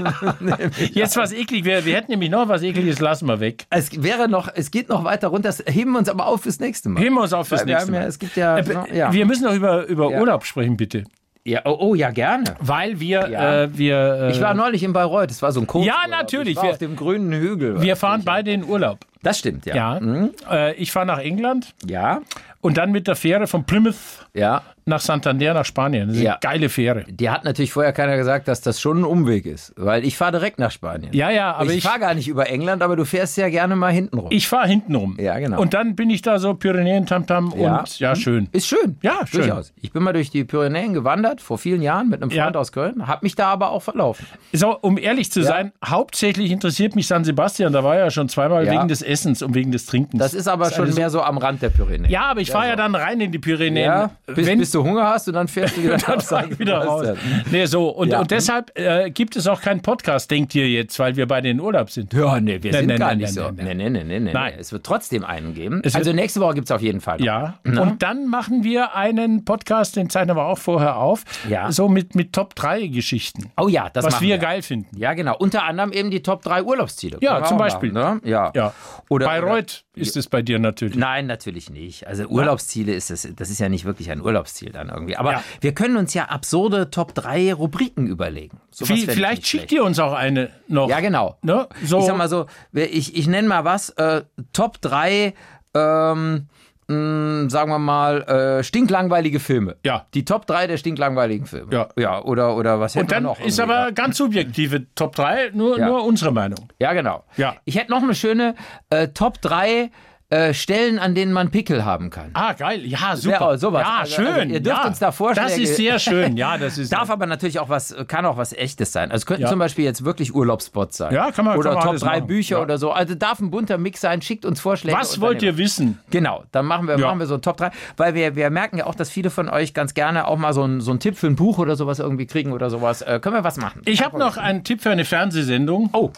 B: Jetzt was eklig wäre. Wir hätten nämlich noch was ekliges, lassen wir weg.
A: Es wäre noch, es geht noch weiter runter. Das heben wir uns aber auf fürs nächste Mal.
B: Heben wir uns auf fürs
A: Weil wir
B: nächste
A: haben ja-
B: Mal.
A: Es gibt ja,
B: Äh,
A: ja.
B: Wir müssen noch über, über
A: Ja.
B: Urlaub sprechen, bitte.
A: ja oh, oh, ja, gerne.
B: Weil wir,
A: Ja.
B: äh, wir, äh,
A: Ich war neulich in Bayreuth. Es war so ein Kurs.
B: Ja, natürlich.
A: Ich war
B: Wir-
A: auf dem grünen Hügel.
B: wir fahren beide in Urlaub.
A: das stimmt, ja. Hm?
B: Ja. Äh, ich fahre nach England
A: Ja.
B: und dann mit der Fähre von Plymouth
A: Ja.
B: nach Santander nach Spanien. Das ist
A: Ja.
B: eine geile Fähre.
A: Dir hat natürlich vorher keiner gesagt, dass das schon ein Umweg ist. Weil ich fahre direkt nach Spanien.
B: Ja, ja, aber
A: ich,
B: ich,
A: fahre gar nicht über England, aber du fährst ja gerne mal hinten rum.
B: ich fahre hinten rum.
A: Ja, genau.
B: Und dann bin ich da so Pyrenäen, Tamtam
A: Ja. Hm?
B: und ja, schön.
A: Ist schön.
B: Ja, schön.
A: Durchaus. Ich bin mal durch die Pyrenäen gewandert vor vielen Jahren mit einem
B: Ja.
A: Freund aus Köln, hab mich da aber auch verlaufen.
B: So, um ehrlich zu sein, hauptsächlich interessiert mich San Sebastian. Da war ja schon zweimal
A: Ja.
B: wegen des Essens und wegen des Trinkens.
A: Das ist aber schon mehr so am Rand der Pyrenäen.
B: ja, aber ich fahre ja dann rein in die Pyrenäen. Äh,
A: Ja, bis,
B: wenn
A: bis du Hunger hast und dann fährst du wieder
B: dann
A: nach
B: fahr
A: San
B: ich wieder raus.
A: Sebastian.
B: Nee, so. Und,
A: Ja.
B: und deshalb äh, gibt es auch keinen Podcast, denkt ihr jetzt, weil wir beide in Urlaub sind.
A: Ja, nee, wir
B: Nein,
A: sind
B: nein,
A: gar
B: nein,
A: nicht
B: nein,
A: so.
B: nein,
A: Nee, nee, nee, nee, nee.
B: Nein.
A: Es wird trotzdem einen geben.
B: Es
A: also
B: wird-
A: nächste Woche gibt es auf jeden Fall. noch.
B: Ja, und dann machen wir einen Podcast, den zeichnen wir auch vorher auf,
A: Ja.
B: so mit, mit Top-3-Geschichten,
A: Oh ja, das
B: was
A: machen
B: wir
A: wir.
B: geil finden.
A: Ja, genau. Unter anderem eben die Top 3 Urlaubsziele.
B: Ja,
A: Können wir
B: zum
A: auch
B: Beispiel.
A: Machen, ne? Ja.
B: Ja.
A: Oder,
B: Bayreuth ist es bei dir natürlich.
A: Oder, nein, natürlich nicht. Also Urlaubsziele ist das, das ist ja nicht wirklich ein Urlaubsziel dann irgendwie. Aber
B: Ja.
A: wir können uns ja absurde Top 3 Rubriken überlegen. Sowas
B: Vi-
A: fänd ich
B: Vielleicht
A: nicht
B: schickt
A: schlecht.
B: ihr uns auch eine noch.
A: Ja, genau.
B: Ne? So,
A: Ich sag mal so, wer- ich, ich nenne mal was, äh, Top 3, ähm, mh, sagen wir mal, äh, stinklangweilige Filme.
B: Ja.
A: Die Top 3 der stinklangweiligen Filme.
B: Ja.
A: Ja, oder, oder was
B: und
A: hätten wir
B: dann
A: noch?
B: ist
A: irgendwie?
B: aber ganz subjektive Top 3, nur,
A: Ja.
B: nur unsere Meinung.
A: Ja, genau.
B: Ja.
A: Ich hätte noch eine schöne äh, Top 3 äh, Stellen, an denen man Pickel haben kann.
B: Ah, geil. Ja,
A: Ja,
B: super.
A: oh, sowas.
B: Ja,
A: Also,
B: schön.
A: also, ihr dürft
B: ja.
A: uns da Vorschläge-
B: Das ist sehr schön. Ja, das ist.
A: Darf aber natürlich auch was, äh, kann auch was echtes sein. Also es könnten
B: Ja.
A: zum Beispiel jetzt wirklich Urlaubsspots sein.
B: Ja, kann man-
A: Oder
B: kann man
A: Top
B: alles
A: 3
B: machen.
A: Bücher
B: Ja.
A: oder so. Also darf ein bunter Mix sein, schickt uns Vorschläge.
B: was
A: und
B: wollt
A: dann-
B: ihr wissen?
A: Genau, dann machen wir,
B: Ja.
A: machen wir so ein Top 3. Weil wir, wir merken ja auch, dass viele von euch ganz gerne auch mal so, ein, so einen Tipp für ein Buch oder sowas irgendwie kriegen oder sowas. Äh, können wir was machen?
B: Ich habe noch einen Tipp für eine Fernsehsendung.
A: Oh.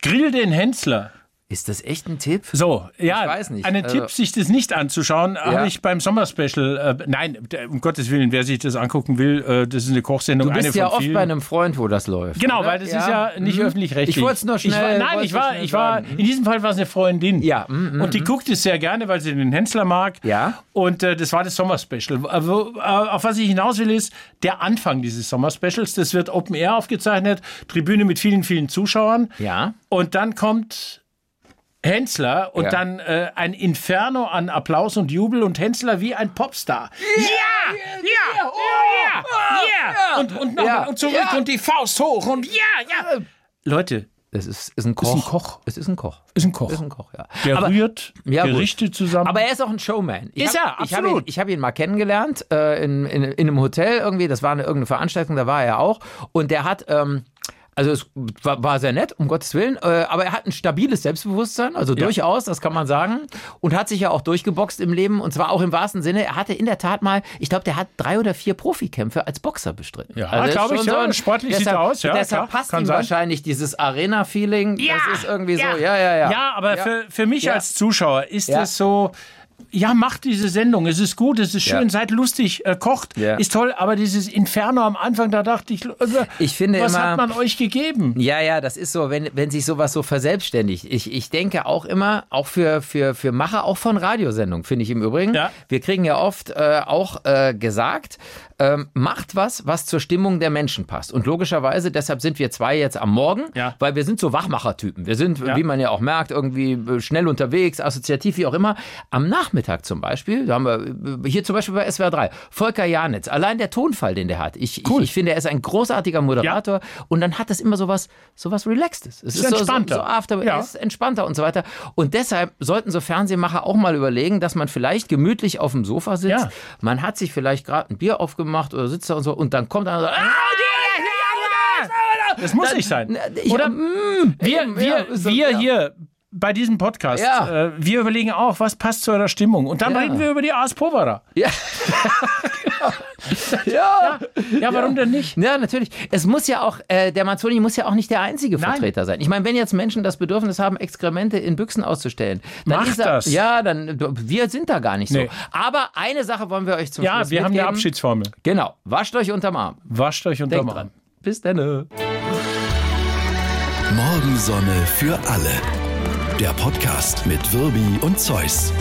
B: Grill den Hensler.
A: Ist das echt ein Tipp?
B: So, ja,
A: Ich weiß nicht.
B: einen
A: Also-
B: Tipp, sich das nicht anzuschauen, habe ich beim Sommerspecial. Äh, nein, d- um Gottes Willen, wer sich das angucken will, äh, das ist eine Kochsendung.
A: Du bist
B: eine
A: ja
B: von
A: oft
B: vielen.
A: bei einem Freund, wo das läuft.
B: Genau,
A: oder?
B: weil das ist ja nicht
A: Mhm.
B: öffentlich-rechtlich.
A: Ich wollte es nur schnell.
B: war- nein,
A: wollt's
B: ich
A: nur
B: war,
A: schnell
B: ich war,
A: sagen.
B: in diesem Fall war es eine Freundin.
A: Ja, mm,
B: Und die guckt es sehr gerne, weil sie den Hensler mag.
A: Ja.
B: Und äh, das war das Sommerspecial. Äh, wo- äh, auf was ich hinaus will, ist der Anfang dieses Sommerspecials. Das wird Open Air aufgezeichnet, Tribüne mit vielen, vielen Zuschauern.
A: Ja.
B: Und dann kommt Hensler und
A: Ja.
B: dann äh, ein Inferno an Applaus und Jubel und Hensler wie ein Popstar. Ja! Ja! Oh! Ja! Ja! Und, und, noch,
A: Ja.
B: und zurück
A: Ja. Äh,
B: und die Faust hoch und ja, ja. Leute,
A: Es ist, ist ein Koch.
B: ein Koch.
A: Es ist ein Koch.
B: Ist ein Koch.
A: Ist ein Koch, ja.
B: Der
A: Aber-
B: rührt
A: Ja, gut.
B: Gerichte zusammen.
A: Aber er ist auch ein Showman. Ich
B: Ist er,
A: Ich habe ihn,
B: absolut.
A: ich hab ihn mal kennengelernt äh, in, in, in einem Hotel irgendwie. Das war eine irgendeine Veranstaltung, da war er auch. Und der hat, ähm, also es war, war sehr nett, um Gottes Willen, äh, aber er hat ein stabiles Selbstbewusstsein, also durchaus, das kann man sagen. Und hat sich ja auch durchgeboxt im Leben und zwar auch im wahrsten Sinne. Er hatte in der Tat mal, ich glaube, der hat drei oder vier Profikämpfe als Boxer bestritten.
B: Ja,
A: er ist
B: glaub ich,
A: schon
B: ja.
A: ein-
B: Sportlich sieht er
A: deshalb-
B: aus, ja,
A: Deshalb
B: klar,
A: passt
B: kann
A: ihm
B: sein.
A: wahrscheinlich dieses Arena-Feeling. das ist irgendwie so, ja, ja, ja.
B: Ja, aber Für, für mich
A: Ja.
B: als Zuschauer ist
A: Ja.
B: das so. Ja, macht diese Sendung. Es ist gut, es ist schön,
A: Ja.
B: seid lustig, äh, kocht,
A: Ja.
B: ist toll. Aber dieses Inferno am Anfang, da dachte ich, also,
A: Ich finde
B: was
A: immer-
B: hat man euch gegeben?
A: Ja, ja, das ist so, wenn, wenn sich sowas so verselbstständigt. Ich, ich denke auch immer, auch für, für, für Macher, auch von Radiosendungen, finde ich im Übrigen.
B: Ja.
A: Wir kriegen ja oft äh, auch äh, gesagt, ähm, macht was, was zur Stimmung der Menschen passt. Und logischerweise, deshalb sind wir zwei jetzt am Morgen,
B: Ja.
A: weil wir sind so Wachmachertypen. Wir sind, wie man ja auch merkt, irgendwie äh, schnell unterwegs, assoziativ, wie auch immer. Am Nachmittag zum Beispiel, da haben wir äh, hier zum Beispiel bei SWR 3, Volker Janitz, allein der Tonfall, den der hat. Ich, ich, ich finde, er ist ein großartiger Moderator und dann hat das immer so was, so was Relaxedes. Es
B: Ist entspannter.
A: So, so, so after,
B: Ja.
A: es ist entspannter und so weiter. Und deshalb sollten so Fernsehmacher auch mal überlegen, dass man vielleicht gemütlich auf dem Sofa sitzt.
B: Ja.
A: Man hat sich vielleicht gerade ein Bier aufgemacht oder sitzt da und so "Ah, und dann kommt einer und sagt, ah,
B: Das muss nicht sein.
A: die- ich, mm,
B: Oder
A: eben,
B: wir,
A: ja,
B: wir,
A: so,
B: wir
A: ja.
B: hier bei diesem Podcast,
A: Ja.
B: äh, wir überlegen auch, was passt zu eurer Stimmung. Und dann
A: Ja.
B: reden wir über die Ars Povera.
A: Ja. ja.
B: Ja, warum denn nicht?
A: Ja, natürlich. Es muss ja auch, äh, der Manzoni muss ja auch nicht der einzige
B: Nein.
A: Vertreter sein. Ich meine, wenn jetzt Menschen das Bedürfnis haben, Exkremente in Büchsen auszustellen, dann
B: Macht
A: ist er,
B: das.
A: Ja, dann wir sind da gar nicht
B: Nee.
A: so. Aber eine Sache wollen wir euch zum
B: Ja,
A: Schluss
B: wir haben eine
A: mitgeben.
B: Abschiedsformel.
A: Genau. Wascht euch unterm Arm.
B: Wascht euch unterm
A: Denkt
B: Arm.
A: dran. Bis dann.
C: Morgensonne für alle. Der Podcast mit Wirbi und Zeus.